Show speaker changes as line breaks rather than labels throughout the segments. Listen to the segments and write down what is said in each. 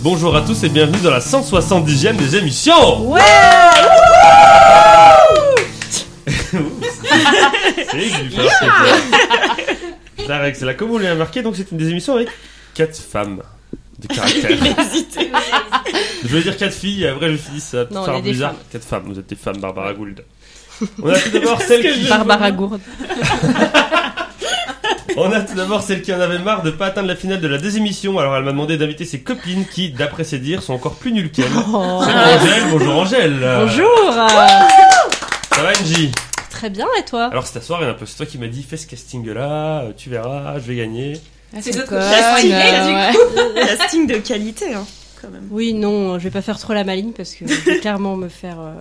Bonjour à tous et bienvenue dans la 170e des émissions
Ouais
C'est du fort, c'est du fort. La règle, c'est là. Comme vous l'avez remarqué, donc c'est une des émissions avec 4 femmes de caractère. je voulais dire 4 filles, et après je finis ça
Non, on
faire
est des
bizarre.
femmes.
4 femmes, vous êtes des femmes, Barbara Gould. On a tout d'abord celle qui...
Barbara Gourde.
On a tout d'abord celle qui en avait marre de pas atteindre la finale de la désémission, alors elle m'a demandé d'inviter ses copines qui, d'après ses dires, sont encore plus nulles qu'elle.
Oh.
C'est Angèle, bonjour Angèle
Ah. Euh, Bonjour
Ça va NJ
Très bien, et
Ah.
toi
Alors c'est ta soirée un peu, c'est toi qui m'as dit fais ce casting là, tu verras, je vais gagner.
C'est d'autres
conne,
casting,
ouais.
casting de qualité, hein, quand même.
Oui, non, je vais pas faire trop la maligne parce que je vais clairement me faire euh,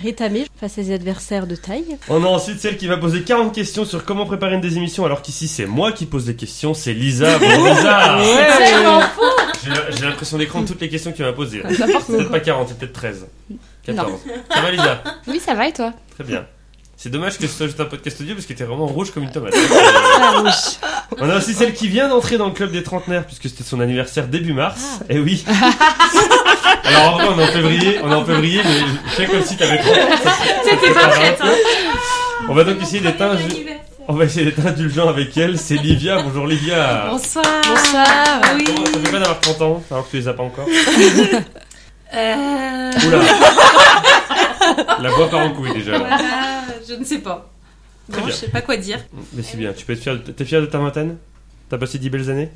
rétamer face à des adversaires de taille.
On a Oh ensuite celle qui va poser 40 questions sur comment préparer une désémission, alors qu'ici c'est moi qui pose des questions, c'est Lisa. Bon, Lisa J'ai- J'ai l'impression d'écran de toutes les questions qu'il m'a posées.
Ça force
C'est peut-être
beaucoup.
pas 40, c'est peut-être 13. 14. Ça va Lisa
Oui, ça va et toi
Très bien. C'est dommage que ce soit juste un podcast audio parce que t'es vraiment rouge comme une tomate.
Ah, oui.
On a aussi celle qui vient d'entrer dans le club des trentenaires puisque c'était son anniversaire début mars. Eh oui. Alors en vrai on est en février, on est en février mais je fais comme si t'avais 30 C'était pas prête. On va donc essayer d'être inju- on va essayer d'être indulgent avec elle. C'est Livia. Bonjour Livia.
Bonsoir.
Bonsoir.
Oui.
Comment ça fait pas d'avoir 30 ans alors que tu les as pas encore
Euh,
Oula. La voix part en couille déjà. là.
voilà, je ne sais pas.
Très
Bon,
bien.
je sais pas quoi dire.
Mais c'est bien. Tu peux être fier. T'es fier de ta vingtaine T'as passé 10 belles années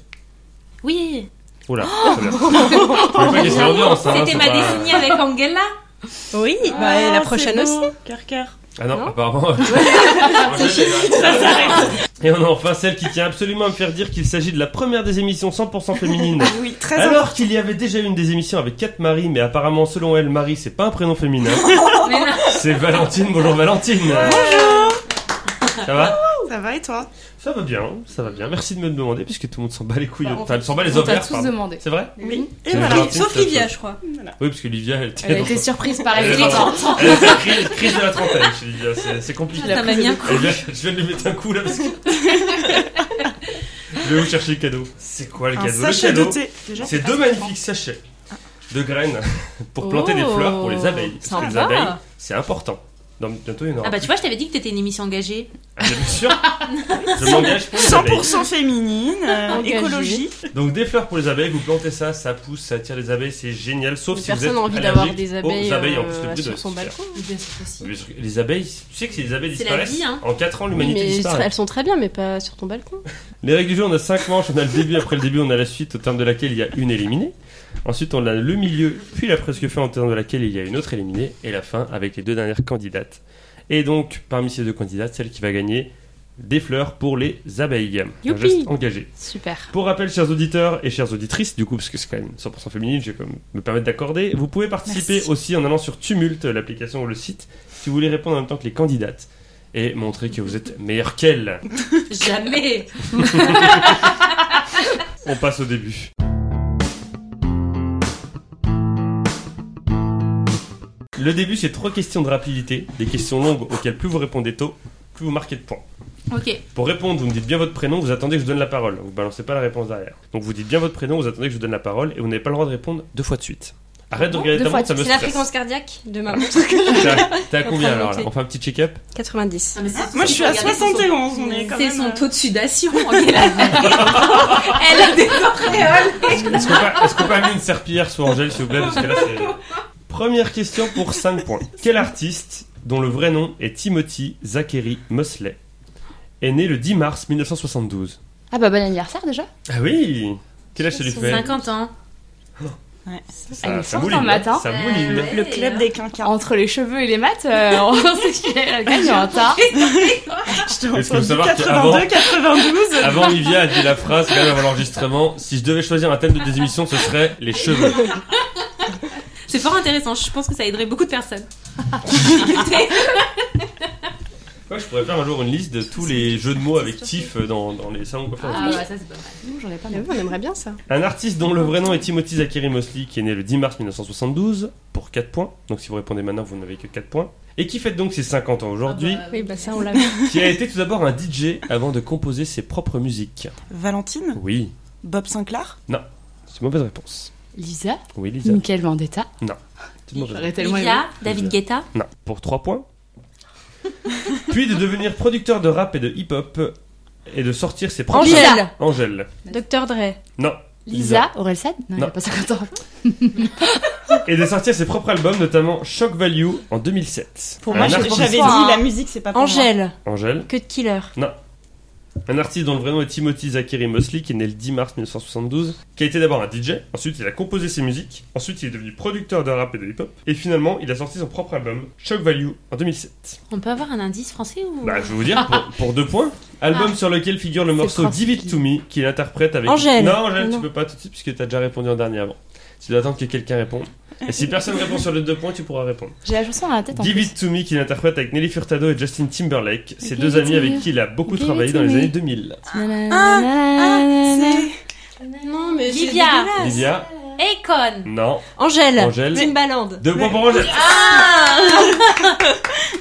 Oui.
Oula. très bien. Je voulais pas qu'il y ait cette ambiance, hein,
Oh. C'était
c'est
ma
pas-
décennie avec Angela.
Oui,
Ah,
bah, et la
Oh,
prochaine aussi.
Cœur, cœur.
Ah non,
Non
apparemment. euh, Angèle, elle va- Et on a enfin celle qui tient absolument à me faire dire qu'il s'agit de la première des émissions 100% féminines.
Oui, très
Alors qu'il y avait déjà eu une des émissions avec 4 Marie, mais apparemment selon elle, Marie c'est pas un prénom féminin.
Mais non.
C'est Valentine, bonjour Valentine. Ça va
Ça va et toi
Ça va bien, ça va bien. Merci de me le demander puisque tout le monde s'en bat les couilles.
Bah, on
Enfin, elle s'en bat les
On t'a
ovaires.
tous
pardon.
demandé.
C'est vrai
Oui. Et
C'est
voilà.
gentil.
Sauf Livia, je crois.
Oui, parce que Livia, elle était.
Elle a
dans
été
son-
surprise par
Elle
la
est
vie.
dans- Elle a fait la crise, crise de la trentaine chez Livia, c'est- c'est compliqué.
Ça m'a mis un coup.
Elle vient- je viens de lui mettre un coup là parce que. je vais vous chercher le cadeau. C'est quoi le
Un
cadeau Le
sachet de
cadeau,
thé. Déjà,
c'est deux magnifiques sachets de graines pour planter des
Oh,
fleurs pour les abeilles. Parce que les
sympa.
abeilles, c'est important. Dans- bientôt, il y en aura.
Ah bah tu vois, je t'avais dit que t'étais une émission engagée.
Ah, bien sûr Je m'engage pour les abeilles.
100% féminine, euh,
Engagée.
écologie.
Donc, des fleurs pour les abeilles, vous plantez ça, ça pousse, ça attire les abeilles, c'est génial. Sauf
Mais
si vous
Personne
êtes
n'a envie
allergique
d'avoir
aux
des abeilles,
abeilles. en
euh,
plus, le bruit
sur
de-
son balcon.
Bien sûr que si.
Mais je- Les abeilles, tu sais que si les abeilles
C'est la
disparaissent,
vie, hein.
en 4 ans,
Oui,
l'humanité
mais
disparaît.
elles sont très bien, mais pas sur ton balcon.
Les règles du jeu, on a 5 manches, on a le début, après le début, on a la suite, au terme de laquelle il y a une éliminée. Ensuite, on a le milieu, puis la presque fin, au terme de laquelle il y a une autre éliminée. Et la fin, avec les deux dernières candidates. Et donc, parmi ces deux candidates, celle qui va gagner des fleurs pour les abeilles. Un
Youpi.
geste engagé.
Super.
Pour rappel, chers auditeurs et chères auditrices, du coup, parce que c'est quand même 100% féminine, je vais quand même me permettre d'accorder, vous pouvez participer aussi en allant sur Tumult, l'application ou le site, si vous voulez répondre en même temps que les candidates. Et montrer que vous êtes meilleur qu'elles.
Jamais.
On passe au début. Le début, c'est trois questions de rapidité, des questions longues auxquelles plus vous répondez tôt, plus vous marquez de points.
Ok.
Pour répondre, vous me dites bien votre prénom, vous attendez que je donne la parole. Vous balancez pas la réponse derrière. Donc vous dites bien votre prénom, vous attendez que je vous donne la parole et vous n'avez pas le droit de répondre deux fois de suite. Arrête de regarder
Deux
ta
fois
montre, ça me
C'est la
stresse.
fréquence cardiaque.
De ma montre.
T'es à- T'es à combien
En train de
alors là
monter.
On fait un petit check-up
Ah,
90.
Moi, je suis à 71. On est quand
C'est
même.
son
euh,
taux de sudation. Elle a Elle a des auréoles.
Est-ce qu'on peut, est-ce qu'on peut amener une serpillière sur Angèle, s'il vous plaît Parce que là, c'est. Première question pour 5 points. Quel artiste, dont le vrai nom est Timothy Zachary Mosley, est né le 10 mars 1972
Ah bah bon anniversaire déjà.
Ah oui Quel âge ça lui fait
50 ans.
Ça-
Elle
ça
est forte en
mouline,
maths,
hein.
hein.
Ça mouline.
Euh,
Le club des quinquas.
Entre les cheveux et les maths, euh, on sait qu'elle gagnante. hein.
Je te
Est-ce que Ah. vous savoir
entends 82, 92.
Avant, Livia a dit la phrase, quand même, avant l'enregistrement Si je devais choisir un thème de désémission, ce serait les cheveux.
C'est fort intéressant. Je pense que ça aiderait beaucoup de personnes.
Ouais, je pourrais faire un jour une liste de tous les jeux de mots avec Tiff dans, dans les salons de coiffure.
Ah bah ça c'est pas mal. Non, j'en ai pas mal.
On aimerait bien ça.
Un artiste dont le vrai nom est Timothy Zachary Mosley, qui est né le 10 mars 1972, pour 4 points. Donc si vous répondez maintenant, vous n'avez que 4 points. Et qui fête donc ses 50 ans
Ah,
aujourd'hui,
Ah
Oui, bah ça, on l'a
qui a été tout d'abord un DJ avant de composer ses propres musiques.
Valentine,
Oui,
Bob Sinclair,
c'est une mauvaise réponse.
Lisa
Oui, Lisa.
Michael Vendetta.
Tu demandes-
J'aurais tellement aimé.
Olivia, David Guetta.
Non, pour 3 points. Puis de devenir producteur de rap et de hip-hop et de sortir ses propres.
Angèle.
Angèle.
Docteur Dre.
Non.
Lisa, Orelsan Non, il
Non.
a pas 50 ans.
Et de sortir ses propres albums, notamment Shock Value en 2007.
Pour
un
moi, j'avais
artiste,
dit
Hein.
la musique, c'est pas pour
Angèle.
Angèle.
Que de killer.
Un artiste dont le vrai nom est Timothy Zachary Mosley, qui est né le 10 mars 1972, qui a été d'abord un DJ, ensuite il a composé ses musiques, ensuite il est devenu producteur de rap et de hip-hop, et finalement il a sorti son propre album, Shock Value, en 2007.
On peut avoir un indice français ou
Bah, je vais vous dire,
Ah.
pour, pour deux points, album sur lequel figure le morceau
France
Give It
qui-
To Me, qu'il interprète avec...
Angèle.
Non, Angèle,
Non.
tu peux pas tout de suite, puisque t'as déjà répondu en dernier avant. Tu dois attendre que quelqu'un réponde. Et si personne répond sur les deux points, tu pourras répondre.
J'ai la chanson dans la tête hein. en
Give
plus.
It To Me, qu'il interprète avec Nelly Furtado et Justin Timberlake, ces
Give
deux
it to
amis
me.
avec qui il a beaucoup
Give it
travaillé
to
dans les
me.
années 2000.
moi.
Ah,
Ah,
Non, mais
c'est dégueulasse.
Ah,
Lydia,
Akon
non.
Angèle.
Angèle.
Timbaland.
Deux points pour Angèle.
ah.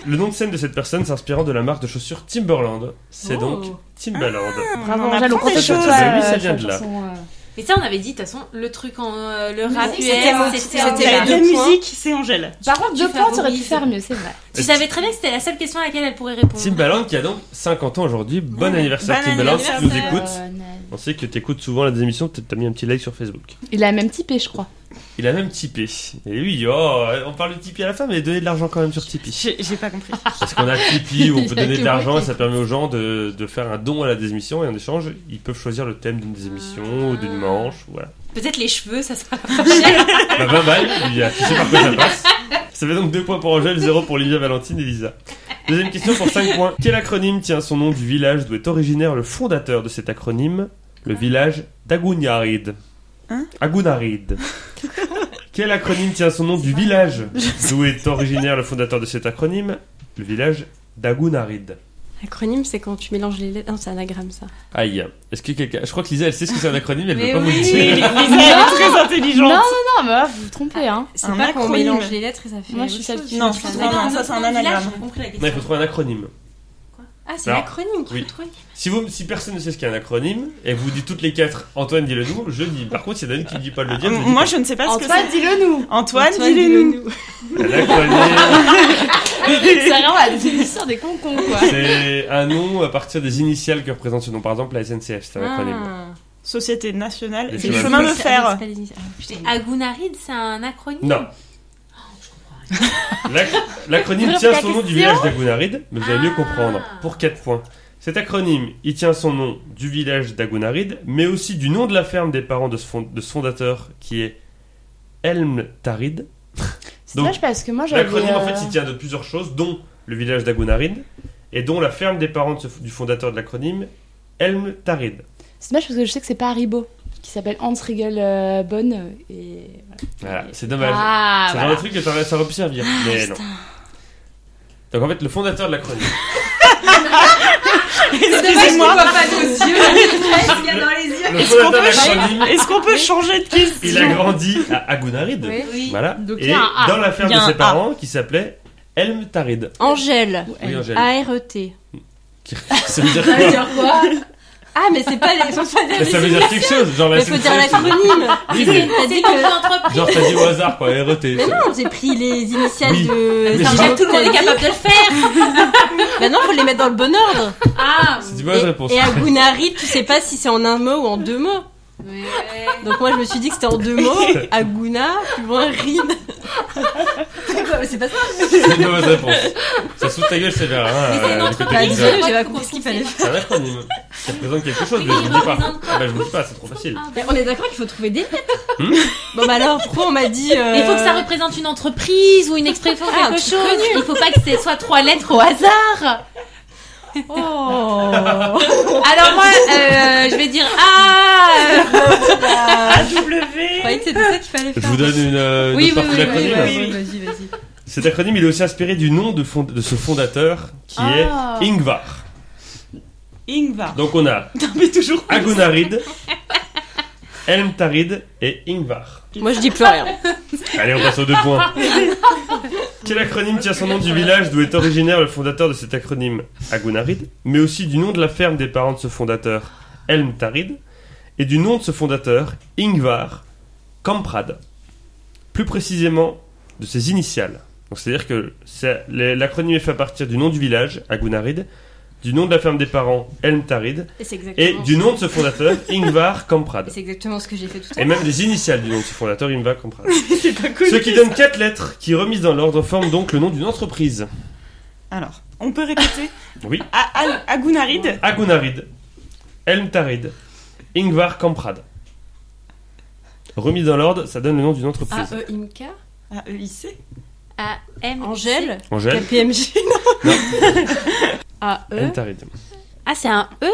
Le nom de scène de cette personne s'inspirant de la marque de chaussures Timberland, c'est
Oh.
donc Timbaland.
Bravo,
On
Ah. Angèle, on
apprend
comptait
des
sur
choses.
toi.
Bah oui, ça
euh,
vient de
sur la
là.
chanson, euh,
Mais ça, on avait dit, de toute façon, le truc en. euh, le rap US,
c'était moi.
c'était.
C'était
La
là.
là. deux points.
musique, c'est Angèle.
Par contre,
Tu
deux points, t'aurais pu
favorises.
faire mieux, c'est vrai.
Tu savais très bien que c'était la seule question à laquelle elle pourrait répondre.
Timbaland qui a donc 50 ans aujourd'hui. Bon
Ouais.
anniversaire
Bon
Timbaland si tu nous
anniversaire.
Euh,
écoutes. On sait que t'écoutes souvent les émissions, peut-être t'as mis un petit like sur Facebook.
Il a même typé, je crois.
Il a même Tipeee. Et oui, oh, on parle de Tipeee à la fin, mais donnez de l'argent quand même sur Tipeee.
J'ai j'ai pas compris.
Parce qu'on a Tipeee où on peut
Il y a
donner
que
de l'argent
moi
et
qui-
ça permet aux gens de, de faire un don à la des émissions et en échange, ils peuvent choisir le thème d'une des émissions ou d'une manche. Voilà.
Peut-être les cheveux, ça sera.
Bah, bye bye, Olivia, tu sais par quoi ça passe. Ça fait donc 2 points pour Angèle, 0 pour Olivia, Valentine et Lisa. Deuxième question pour 5 points. Quel acronyme tient son nom du village d'où est originaire le fondateur de cet acronyme Le village d'Agunyarid.
Hein
Agunarid. Quel acronyme tient son nom du village d'où est originaire le fondateur de cet acronyme Le village d'Agunarid.
Acronyme, c'est quand tu mélanges les lettres. Non, c'est anagramme ça.
Aïe, est-ce que quelqu'un. Je crois que Lisa, elle sait ce que c'est un acronyme, elle
Mais
veut pas
oui.
vous
Oui,
le
Lisa,
dire.
elle est très
Non,
intelligente.
non, non, mais vous vous trompez, hein.
Ah, C'est
Un
pas quand on
acronyme.
mélange les lettres et ça fait.
Moi, je suis
autre
celle
chose.
qui-
Non,
C'est
je
un
trouve
anagramme.
non, ça, c'est un anagramme.
J'ai compris la
Non, il
question.
faut trouver un acronyme.
Ah, c'est
Alors,
l'acronyme qu'il
oui.
faut trouver.
Si, vous, si personne ne sait ce qu'est un acronyme, et vous dites toutes les quatre Antoine dit le nous, je dis. Par contre, s'il y en a une qui ne dit pas de le dire, je dis
Moi,
pas.
je ne sais pas ce que
Antoine,
c'est.
dis-le nous.
Antoine,
Antoine,
dis-le-nous.
dis-le-nous.
Un acronyme,
C'est vraiment la définition des concons, quoi.
c'est un nom à partir des initiales que représente ce nom. Par exemple, la SNCF, c'est un acronyme.
Ah.
Société nationale
Les
des
chemins de
chemins de
C'est- ah,
fer.
c'est pas les initiales. Ah, putain.
Agunarid, c'est un acronyme
Non. L'ac- L'acronyme tient son nom du village d'Agunarid, mais vous allez mieux
Ah.
comprendre. Pour 4 points. Cet acronyme, il tient son nom du village d'Agunarid, mais aussi du nom de la ferme des parents de ce, fond- de ce fondateur qui est Elm Tarid.
C'est dommage parce que moi, j'avais.
L'acronyme, en fait,
euh,
il tient de plusieurs choses, dont le village d'Agunarid et dont la ferme des parents de ce- du fondateur de l'acronyme, Elm Tarid.
C'est dommage parce que je sais que c'est pas Haribo qui s'appelle Hans Riegel euh, Bonne et
Voilà, c'est dommage.
ah,
c'est le genre
voilà.
de truc que t'aurais- ça aurait pu servir, mais non. Donc en fait, le fondateur de l'acronyme.
Excusez-moi.
pas nos yeux. qu'il y a dans les yeux.
Le
Est-ce qu'on
fondateur de
peut,
l'acronyme,
est-ce qu'on peut changer de question
il a grandi à Agunarid.
Oui.
Oui.
Voilà.
Donc, il
et
y a un A.
dans la ferme
Il y a
de
un
ses
A.
parents qui s'appelait Elm Tarid.
Angèle. E
Ou
Oui,
elle.
Angèle.
A-R-E-T.
Ça veut dire quoi
Ah, mais c'est pas les. sont pas des-
Mais Ça veut dire quelque chose, genre la
Mais faut dire
SNCF,
l'acronyme.
Ah,
Oui, mais-
T'as dit que.
Genre t'as dit au hasard quoi, E RET.
Mais non, j'ai pris les initiales
Oui.
de.
Mais
Ça,
c'est
Sarah
pas-
tout le monde est capable de le faire.
Bah non, faut les mettre dans le bon ordre.
Ah,
C'est une bonne
et,
réponse.
et à Gounari, tu sais pas si c'est en un mot ou en deux mots.
mais...
Donc moi, je me suis dit que c'était en deux mots. Aguna, plus loin, Rine. c'est pas ça.
C'est une mauvaise réponse. Ça se fout de ta gueule, c'est bien. hein,
Mais c'est une
euh,
entreprise.
écoutez,
Bah,
c'est-
j'ai pas
Faut
compris ce qu'il
qu'on
fallait
s'y
C'est un acronyme. Ça représente quelque chose,
Oui,
mais je vous le dis pas.
représente quoi
Ah bah, je vous le dis pas, c'est trop facile.
Mais on est d'accord qu'il faut trouver des lettres.
Hmm
bon bah alors, pourquoi on m'a dit... euh,
Mais Il faut que ça représente une entreprise ou une expression,
Ah,
quelque
tu
chose. Il faut pas que ce soit trois lettres au hasard.
Oh
Alors moi, euh, je vais dire ah. euh,
Je
AW
croyais que c'était ça qu'il fallait
Je
faire.
vous donne une euh,
Oui,
autre
oui,
partie
oui,
de
oui,
l'acronyme.
oui, oui.
Vas-y, vas-y.
Cet acronyme, il est aussi inspiré du nom de, fond- de ce fondateur qui
Ah.
est Ingvar.
Ingvar.
Donc on a
Non, mais toujours.
Agunarid, Elmtarid et Ingvar.
Moi, je dis plus rien.
Allez, on passe aux deux points. Quel acronyme tient son nom du village d'où est originaire le fondateur de cet acronyme Agunarid, mais aussi du nom de la ferme des parents de ce fondateur, Elmtarid, et du nom de ce fondateur, Ingvar, Camprad. Plus précisément, de ses initiales. Donc, c'est-à-dire que c'est- les- l'acronyme est fait à partir du nom du village, Agunarid, du nom de la ferme des parents, Elmtarid,
Et c'est exactement,
et du nom de ce fondateur, Ingvar Kamprad.
et c'est exactement ce que j'ai fait tout à
Et
l'heure.
même des initiales du nom de ce fondateur, Ingvar Kamprad.
C'est pas cool.
Ce qui donne quatre lettres, qui remises dans l'ordre forment donc le nom d'une entreprise.
Alors, on peut répéter
Oui.
A- Al- Agunarid
Agunarid, Elmtarid, Ingvar Kamprad. Remis dans l'ordre, ça donne le nom d'une entreprise.
A E IMCA,
A-E-I-C
A M
Angèle,
Ah,
Angèle,
KPMG. A E.
Elmtarid.
Ah, c'est un E.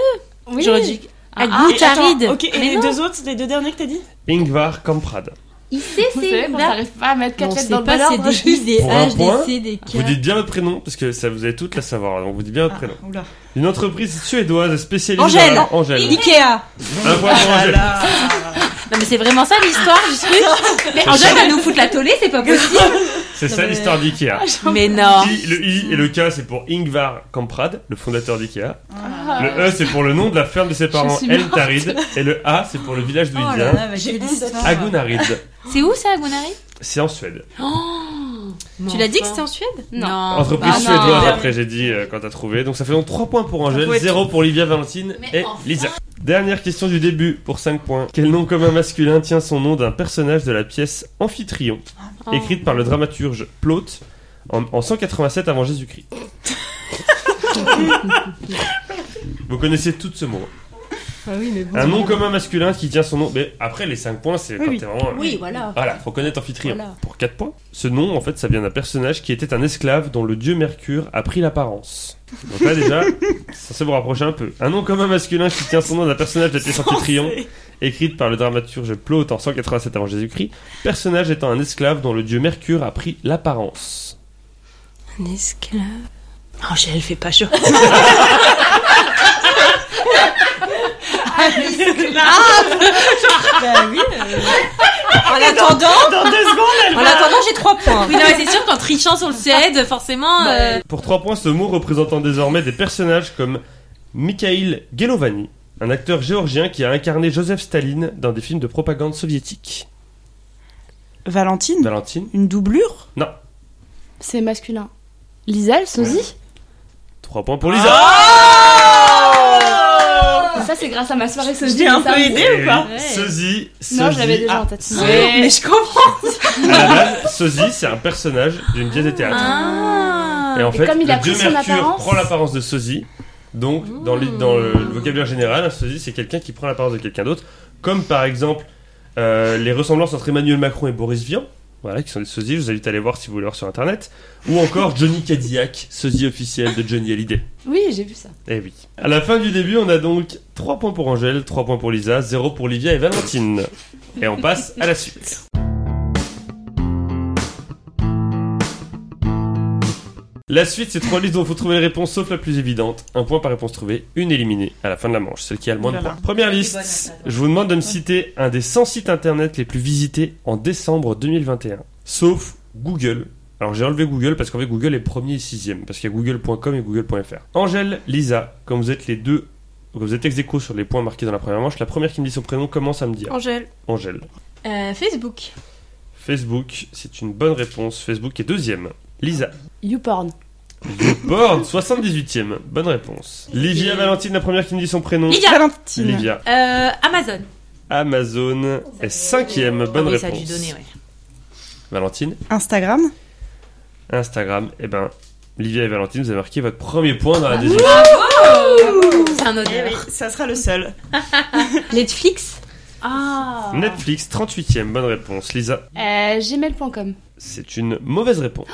Oui.
J'aurais dit
Ah,
Ah,
Et attends,
Agunarid.
Ok, et les deux autres, les deux derniers que t'as dit
Ingvar Kamprad.
I C
Vous savez,
c'est
quand t'arrives pas à mettre
Non,
4 lettres
c'est
dans le
pas
bon
c'est
ordre,
des I, des
Pour un
H,
point,
des C, des K.
Vous dites bien votre prénom, parce que ça vous allez toutes la savoir, donc vous dites bien votre
Ah,
prénom.
Oula.
Une entreprise suédoise spécialisée
Angèle.
dans la- Angèle.
Ikea.
Un point pour
Ah
Angèle.
là.
Non, mais c'est vraiment ça l'histoire du truc. Mais Angèle va nous foutre la tollée, c'est pas possible.
C'est
Non,
ça
mais-
l'histoire d'IKEA.
Ah,
mais non.
I- le I et le K, c'est pour Ingvar Kamprad, le fondateur d'IKEA.
Ah.
Le E, c'est pour le nom de la ferme de ses parents,
suis
El Tarid. Et le A, c'est pour le village d'où
Oh
il
là
vient,
là, mais
J'ai
quelle
honte
histoire.
d'être-
Agunarid.
C'est où ça, Agunari
C'est en Suède.
Tu l'as dit que c'était en Suède
Non.
Entreprise
bah non.
suédoise, après, j'ai dit euh, quand t'as trouvé. Donc ça fait donc 3 points pour Angèle,
pouvait être-
0 pour Livia Valentine
Mais
et
enfin.
Lisa. Dernière question du début pour 5 points. Quel nom commun masculin tient son nom d'un personnage de la pièce Amphitryon,
Oh.
écrite par le dramaturge Plaute en, en 187 avant Jésus-Christ Vous connaissez tout ce mot.
Ah oui, mais bon.
Un nom commun masculin qui tient son nom. Mais après, les 5 points, c'est
Oui,
quand
oui.
t'es vraiment.
Oui, voilà.
Voilà, faut connaître Amphitryon
Voilà.
pour 4 points. Ce nom, en fait, ça vient d'un personnage qui était un esclave dont le dieu Mercure a pris l'apparence. Donc là, déjà, c'est censé vous rapprocher un peu. Un nom commun masculin qui tient son nom d'un personnage de la pièce Amphitryon, écrite par le dramaturge Plaute en 187 avant Jésus-Christ, personnage étant un esclave dont le dieu Mercure a pris l'apparence.
Un esclave. Oh,
Angèle, fais pas chaud.
Ah, Bah oui. euh, En attendant,
Dans deux secondes, elle
en attendant, j'ai 3 points.
Oui, non, mais c'est sûr qu'en trichant sur le CED, forcément. euh,
Pour 3 points, ce mot représentant désormais des personnages comme Mikhail Gelovani, un acteur géorgien qui a incarné Joseph Staline dans des films de propagande soviétique.
Valentine
Valentine
Une doublure
C'est masculin. Lisa, le sosie
3 points pour Lisa.
Ça, c'est grâce à ma soirée sosie.
J'ai un
ça.
peu
Eh
aidé
oui,
ou pas
Sosie,
Non, je
Sosie.
l'avais déjà en tête.
Mais je comprends
À la base, Sosie, c'est un personnage d'une pièce de théâtre.
Ah.
Et en
Et
fait,
comme il
le
a
dieu
pris son
Mercure
apparence- Mmh.
prend l'apparence de Sosie. Donc, dans, le, dans le vocabulaire général, un Sosie, c'est quelqu'un qui prend l'apparence de quelqu'un d'autre. Comme par exemple, euh, les ressemblances entre Emmanuel Macron et Boris Vian. Voilà, qui sont des sosies, je vous invite à aller voir si vous voulez voir sur internet. Ou encore Johnny Cadillac, sosie officiel de Johnny Hallyday.
Oui, j'ai vu ça.
Eh oui. À la fin du début, on a donc 3 points pour Angèle, 3 points pour Lisa, 0 pour Livia et Valentine. Et on passe à la suite. La suite, c'est trois listes dont il faut trouver les réponses sauf la plus évidente. Un point par réponse trouvée, une éliminée à la fin de la manche, celle qui a le moins de
Oulala.
points. Première liste, je vous demande de me citer un des 100 sites internet les plus visités en décembre 2021. Sauf Google. Alors j'ai enlevé Google parce qu'en fait Google est premier et sixième, parce qu'il y a google.com et google.fr. Angèle, Lisa, comme vous êtes les deux, comme vous êtes ex aequo sur les points marqués dans la première manche, la première qui me dit son prénom commence à me dire.
Angèle.
Angèle.
Euh, Facebook.
Facebook, c'est une bonne réponse. Facebook est deuxième. Lisa.
YouPorn.
Board, 78ème. Bonne réponse. Livia Valentine, la première qui me dit son prénom.
Lydia.
Valentine
Livia.
Euh, Amazon.
Amazon est cinquième. Bonne
Ah oui,
réponse.
ça a dû donner, ouais.
Valentine.
Instagram
Instagram. Eh ben, Livia et Valentine, vous avez marqué votre premier point
Ah
dans la deuxième.
C'est un
Eh
odeur.
oui, ça sera le seul.
Netflix.
Ah.
Netflix, 38ème. Bonne réponse. Lisa.
Euh, Gmail.com.
C'est une mauvaise réponse.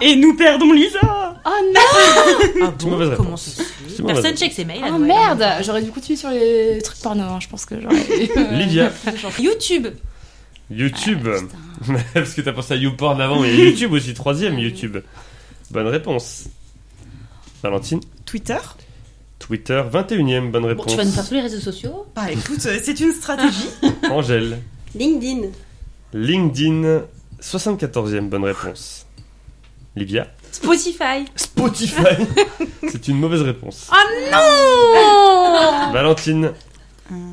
Et nous perdons Lisa
Oh non
Ah, une mauvaise
Comment
réponse.
ça se fait
C'est une mauvaise
Personne
réponse.
check ses mails. à
Oh
Noël.
merde J'aurais dû continuer sur les trucs porno, hein, je pense que j'aurais.
Livia.
YouTube.
YouTube. Parce que t'as pensé à YouPorn avant, mais YouTube aussi, troisième YouTube. Bonne réponse. Valentine,
Twitter
Twitter, 21ème, bonne
Bon,
réponse.
tu vas nous faire tous les réseaux sociaux
Bah écoute, euh, c'est une stratégie.
Angèle,
LinkedIn.
LinkedIn, 74ème, bonne réponse. Livia,
Spotify.
Spotify, c'est une mauvaise réponse.
Oh non
Valentine,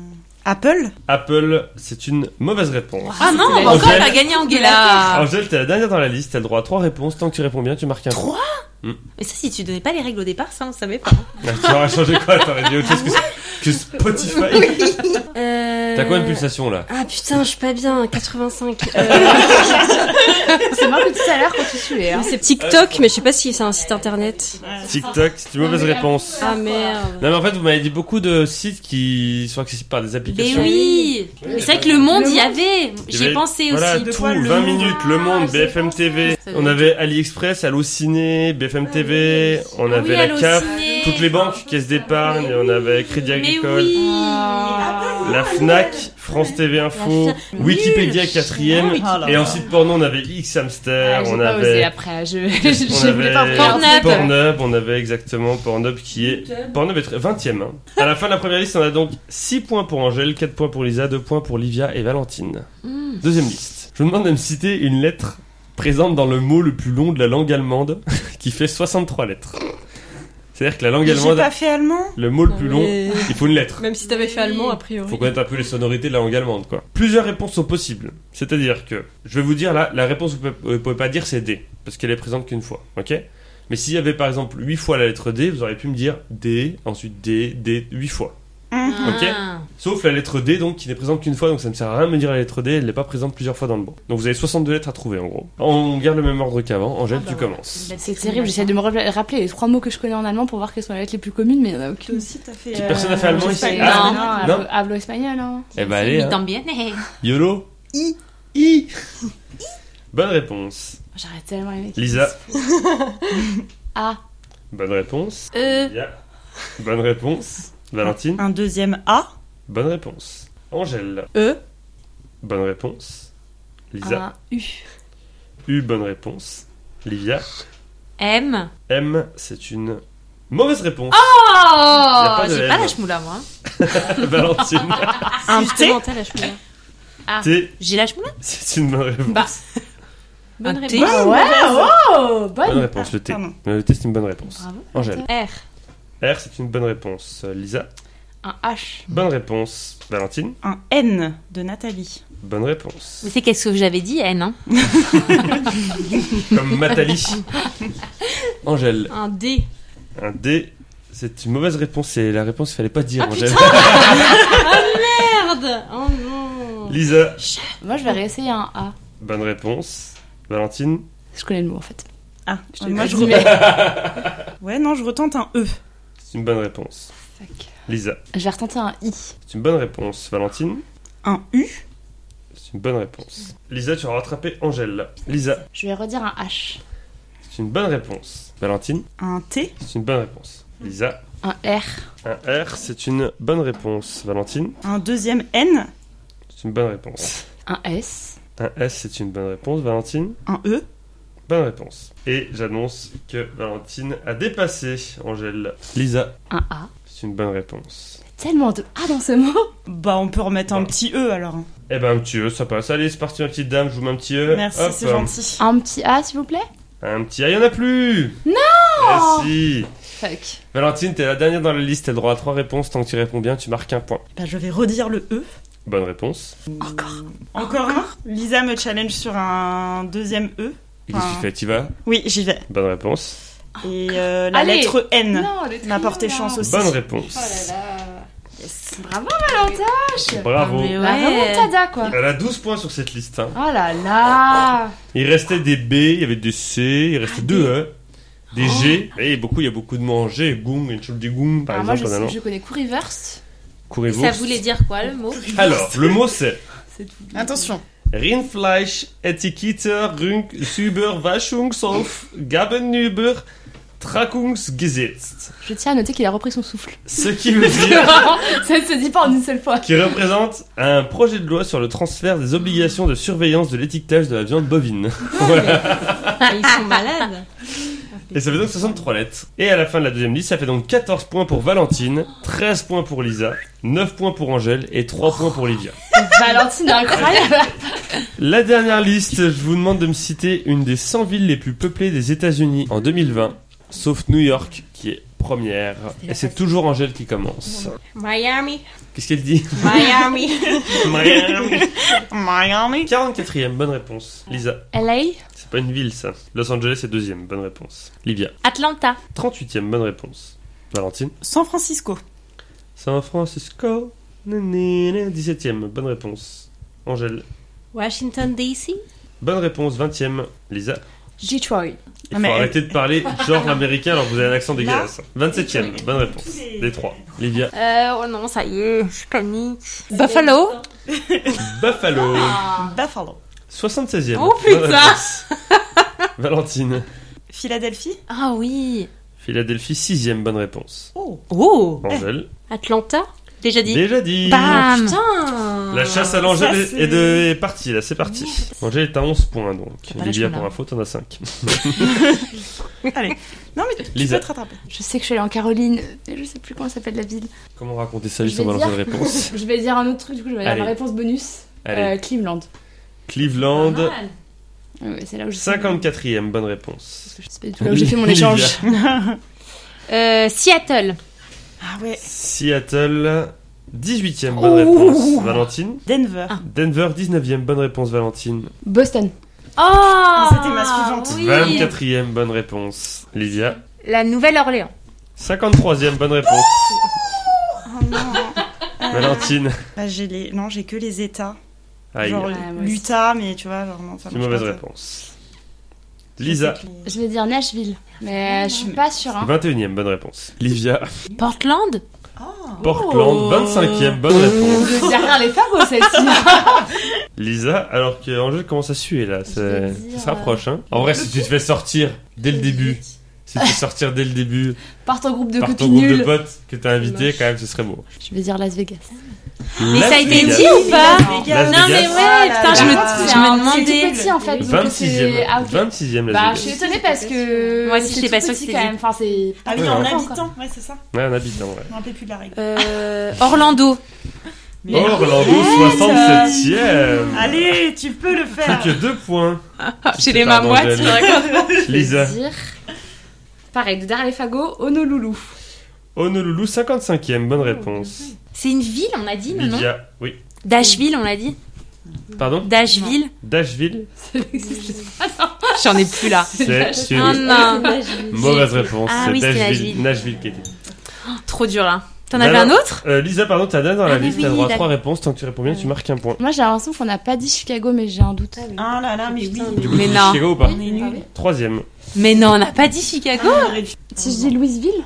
Apple
Apple, c'est une mauvaise réponse.
Ah non, on va
Angèle.
encore faire gagner Angela.
Angèle, t'es la dernière dans la liste, t'as le droit à trois réponses. Tant que tu réponds bien, tu marques un point.
Mais ça, si tu donnais pas les règles au départ, ça on savait pas.
Ah, Tu aurais changé quoi T'aurais dit autre chose
Ah
que, que Spotify
Euh,
T'as quoi une pulsation là
Ah putain, je suis pas bien, 85. Euh,
C'est marrant que tout à l'heure quand tu suais. Hein.
c'est
Euh,
TikTok, mais je sais pas si c'est un site internet.
TikTok, c'est une mauvaise réponse.
Ah merde.
Non mais en fait vous m'avez dit beaucoup de sites qui sont accessibles par des
Mais
applications.
oui Mais c'est vrai que le monde y avait
Il
J'y ai
avait-
pensé
Voilà,
aussi.
tout,
De quoi, Le
20
Monde
minutes, Le
Ah,
Monde, BFM TV.
Ça doit
On avait AliExpress, Allociné, BFM
Ah
TV, on avait la CAF,
Allociné.
toutes les banques, Caisse d'épargne, on avait Crédit
ah, Mais
Agricole,
oui
Ah. la FNAC, France TV Info, Wikipédia quatrième,
Ah, là,
et
là.
en site porno on avait X Hamster,
Ah, j'ai
on
pas osé
avait...
après. Je,
On
je voulais
avait
pas en faire.
Pornhub.
Pornhub, on avait exactement Pornhub qui est. Pornhub est très- 20ème. hein. À la fin de la première liste, on a donc 6 points pour Angèle, 4 points pour Lisa, 2 points pour Livia et Valentine.
Hmm.
Deuxième liste. Je vous demande de me citer une lettre présente dans le mot le plus long de la langue allemande qui fait 63 lettres. C'est-à-dire que la langue
J'ai
allemande,
pas fait allemand
le mot le plus long,
Mais-
il faut une lettre.
Même si t'avais fait allemand, a priori.
Faut connaître un peu les sonorités de la langue allemande, quoi. Plusieurs réponses sont possibles. C'est-à-dire que, je vais vous dire là, la réponse que vous pouvez, vous pouvez pas dire c'est D, parce qu'elle est présente qu'une fois, ok Mais s'il y avait par exemple 8 fois la lettre D, vous auriez pu me dire D, ensuite D, D, 8 fois.
Hum.
Ok.
Ah.
Sauf la lettre D, donc, qui n'est présente qu'une fois, donc ça ne sert à rien de me dire la lettre D, elle n'est pas présente plusieurs fois dans le mot. Donc vous avez 62 lettres à trouver, en gros. On garde le même ordre qu'avant. Angèle,
Ah bah
tu
ouais.
commences.
C'est terrible, j'essaie de me rappel- rappeler les trois mots que je connais en allemand pour voir quelles sont les lettres les plus communes, mais il n'y en a
Toi
aucune.
aussi, t'as fait.
Euh,
euh,
Personne n'a fait allemand
j'ai
ici
pas eu
Non,
Ah,
allemand.
non.
hablo- hablo espagnol. Hein.
Eh ben
C'est
allez, hein.
mi-temps bien. Eh,
YOLO I I Bonne réponse.
J'arrête tellement les mecs.
Lisa,
Ah,
bonne réponse.
Euh,
Ya. Bonne réponse. Valentine,
Un deuxième A.
bonne réponse. Angèle,
E.
bonne réponse. Lisa,
un U.
U, bonne réponse. Livia,
M.
M, c'est une mauvaise réponse.
Oh
pas de
J'ai
M.
pas la chmoula, moi.
Valentine,
Un T.
Justement, t'as la chemise.
Ah.
T,
J'ai la chmoula
c'est une bonne réponse.
Bah.
Bonne
Un
réponse.
Ah ouais, oh,
Bonne
bonne.
réponse, le T.
pardon.
Le T, c'est une bonne réponse.
Bravo.
Angèle,
R.
R, c'est une bonne réponse. Lisa,
Un H.
bonne réponse. Valentine,
Un N de Nathalie.
bonne réponse.
Mais c'est qu'est-ce que j'avais dit, N. Hein.
Comme Matali. Angèle,
Un D.
un D, c'est une mauvaise réponse. C'est la réponse qu'il fallait pas dire,
Ah,
Angèle.
Merde Oh non
Lisa,
Moi, je vais réessayer un A.
Bonne réponse. Valentine,
Je connais le mot en fait.
Ah,
Je te
moi
l'ai
je
dit,
re-
mais-
Ouais, non, je retente un E.
c'est une bonne réponse.
Fuck.
Lisa,
Je vais retenter un I.
c'est une bonne réponse. Valentine,
Un U.
c'est une bonne réponse. Lisa, tu as rattrapé Angèle. Lisa,
Je vais redire un H.
c'est une bonne réponse. Valentine,
Un T.
c'est une bonne réponse. Lisa,
Un R.
un R, c'est une bonne réponse. Valentine,
Un deuxième N.
c'est une bonne réponse.
Un S.
Un S, c'est une bonne réponse. Valentine,
Un E.
bonne réponse. Et j'annonce que Valentine a dépassé Angèle. Lisa,
Un A.
c'est une bonne réponse.
Tellement de A dans ce mot.
Bah, on peut remettre un petit E alors.
Eh ben, un petit E, ça passe. Allez, c'est parti, ma petite dame, je vous mets un petit E.
Merci,
Hop.
c'est gentil.
Un petit A, s'il vous plaît.
Un petit ah, il y en a plus Non Merci
Fuck.
Valentine, t'es la dernière dans la liste, t'as le droit à trois réponses, tant que tu réponds bien, tu marques un point.
Bah, je vais redire le E.
Bonne réponse.
Encore.
Encore un Lisa me challenge sur un deuxième E.
Et qu'est-ce que tu
Ah.
fais Tu y vas
Oui, j'y vais.
Bonne réponse.
Et euh, la
Allez.
lettre N
Non, le
m'a porté
trio,
chance
là.
aussi.
Bonne réponse.
Oh là là. Yes. Bravo, Valentage.
Bravo.
Ah, mais
La
ouais.
remontada, quoi.
Elle a 12 points sur cette liste. hein.
Oh là là.
Il restait des B, il y avait des C, il restait deux E, des G. Et beaucoup, il y a beaucoup de mots en G. Gung, Entschuldigung, par
Alors Ah, moi, je,
exemple, en
sais-
allant.
je connais coup reverse.
Courez-vous.
Ça voulait dire quoi, le mot
Alors, le mot c'est
C'est tout.
Attention.
Rindfleisch, Etikette, Rünk, Überwachungshof, Gaben über Trackungsgesetz.
Je tiens à noter qu'il a repris son souffle.
Ce qui veut dire
Ça ne se dit pas en une seule fois.
qui représente un projet de loi sur le transfert des obligations de surveillance de l'étiquetage de la viande bovine.
Ils sont malades
Et ça fait donc 63 lettres. Et à la fin de la deuxième liste, ça fait donc 14 points pour Valentine, 13 points pour Lisa, 9 points pour Angèle et 3 points pour Livia.
Valentine, incroyable.
La dernière liste, je vous demande de me citer une des 100 villes les plus peuplées des États-Unis en 2020, sauf New York qui est première.
la
Et c'est toujours Angèle qui commence.
Miami,
Qu'est-ce qu'elle dit
Miami.
Miami.
Miami.
44e, bonne réponse. Lisa,
LA
c'est pas une ville ça. Los Angeles est deuxième, bonne réponse. Livia,
Atlanta.
38e, bonne réponse. Valentine,
San Francisco.
San Francisco. nanana, 17e, bonne réponse. Angèle,
Washington DC
bonne réponse. 20e, Lisa.
Detroit.
Il
Ah,
faut
mais-
arrêter de parler genre l'américain alors que vous avez un accent dégueulasse. 27
Là,
e bonne réponse. Des trois. Livia.
Euh, oh non, ça y est, je suis panique.
Buffalo
Buffalo.
Ah. Buffalo.
76 e
Oh, putain.
Valentine.
Philadelphie.
Ah oui
Philadelphie, 6 e bonne réponse.
Oh.
Oh
Angèle.
Atlanta Déjà dit
Déjà dit.
Bam.
Ah.
Putain
La chasse à l'Angèle
Ça,
est,
c'est-
est de- est partie, là, c'est parti. Angèle est à 11 points donc.
pas
Livia,
lâché,
pour
là.
info, t'en as 5.
Allez. Non, mais tu
Lisa.
peux te rattraper.
Je sais que je suis allée en Caroline, mais je sais plus comment s'appelle la ville.
Comment raconter ça
Je
juste en
vais
balançant une
dire.
réponse
Je vais dire un autre truc, du coup, je vais dire
Allez.
la réponse bonus.
Allez.
Euh, Cleveland.
Cleveland,
Ah.
Ouais, ouais, c'est là où je sais.
54 e bonne réponse.
Je sais pas du tout là où j'ai fait mon échange.
Euh, Seattle.
Ah ouais.
Seattle, 18 e bonne réponse. Valentine.
Denver.
Denver, 19 e bonne réponse, Valentine.
Boston.
Oh
c'était ma suivante.
oui.
24e bonne réponse, Lydia.
La Nouvelle-Orléans.
53e bonne réponse,
Oh non.
Ah.
Euh,
Valentine.
bah, j'ai les... Non, j'ai que les États.
Aïe,
Genre
Ouais, moi aussi.
l'Utah, mais tu vois, genre non, ça
c'est une
marche
mauvaise
pas, ça.
réponse. Lisa,
Je sais que les-
Je vais dire Nashville. Mais je suis pas sûre. Hein.
21e bonne réponse. Livia,
Portland
Oh.
Portland, 25e bonne
Je
réponse.
vais dire rien les femmes celle-ci.
Lisa, alors que Angèle commence à suer là,
vais
c'est-
dire, euh,
ça se rapproche. Hein. En vrai, si tu te fais sortir dès le début, si tu te fais sortir dès le début
Par ton groupe de
par ton
copines
groupe de
nulles.
potes que t'as invité,
moche.
quand même, ce serait beau.
Je vais dire Las Vegas.
Mais ça a été
Las
dit
Vegas,
ou pas
Las Vegas.
Las
Non mais
Vegas.
Ah
ouais,
là
putain,
là.
je me,
Ah,
je me
C'est tout
demandais.
petit en fait. donc c'est-
26e,
Ah, ok.
26e Las
Bah, je suis
Vegas.
étonnée parce que.
Moi aussi,
c'est
j'étais
tout
pas sûre
petit,
que
quand
c'était
même. Enfin, c'est.
Ah oui,
Ouais,
en
ouais.
habitant, ouais, c'est ça.
Ouais, en habitant, ouais.
Je me rappelle plus de la règle.
Euh,
oh,
Orlando.
Mais-
Orlando,
Yes.
67e.
Allez, tu peux le faire.
Plus que deux points.
Ah, J'ai
les mains moites, Pardon, Angèle. Lisa.
Je vais dire. Pareil, de Darlefago, Honolulu.
Honolulu, 55e, bonne réponse.
C'est une ville, on a dit, non, non
Lydia, oui.
Dashville, on l'a dit.
Pardon
Dashville.
Dashville,
J'en ai plus là.
c'est une
Ah non,
mauvaise réponse.
Ah
c'est
oui, c'est
Nashville. Nashville qui était.
trop dur là. T'en
Bah
avais un
non.
autre
Euh, Lisa, pardon, t'as Dan dans la
Ah, mais
liste, t'as
oui,
droit à
d'accord.
trois réponses. Tant que tu réponds bien, tu marques un point.
Moi, j'ai l'impression qu'on n'a pas dit Chicago, mais j'ai un doute.
Ah là là, mais oui.
Putain,
Du coup,
Mais
tu dis
non.
Chicago ou pas
Oui,
est nuls.
Troisième.
Mais non, on n'a pas dit Chicago.
Ah, mais-
Si je dis Louisville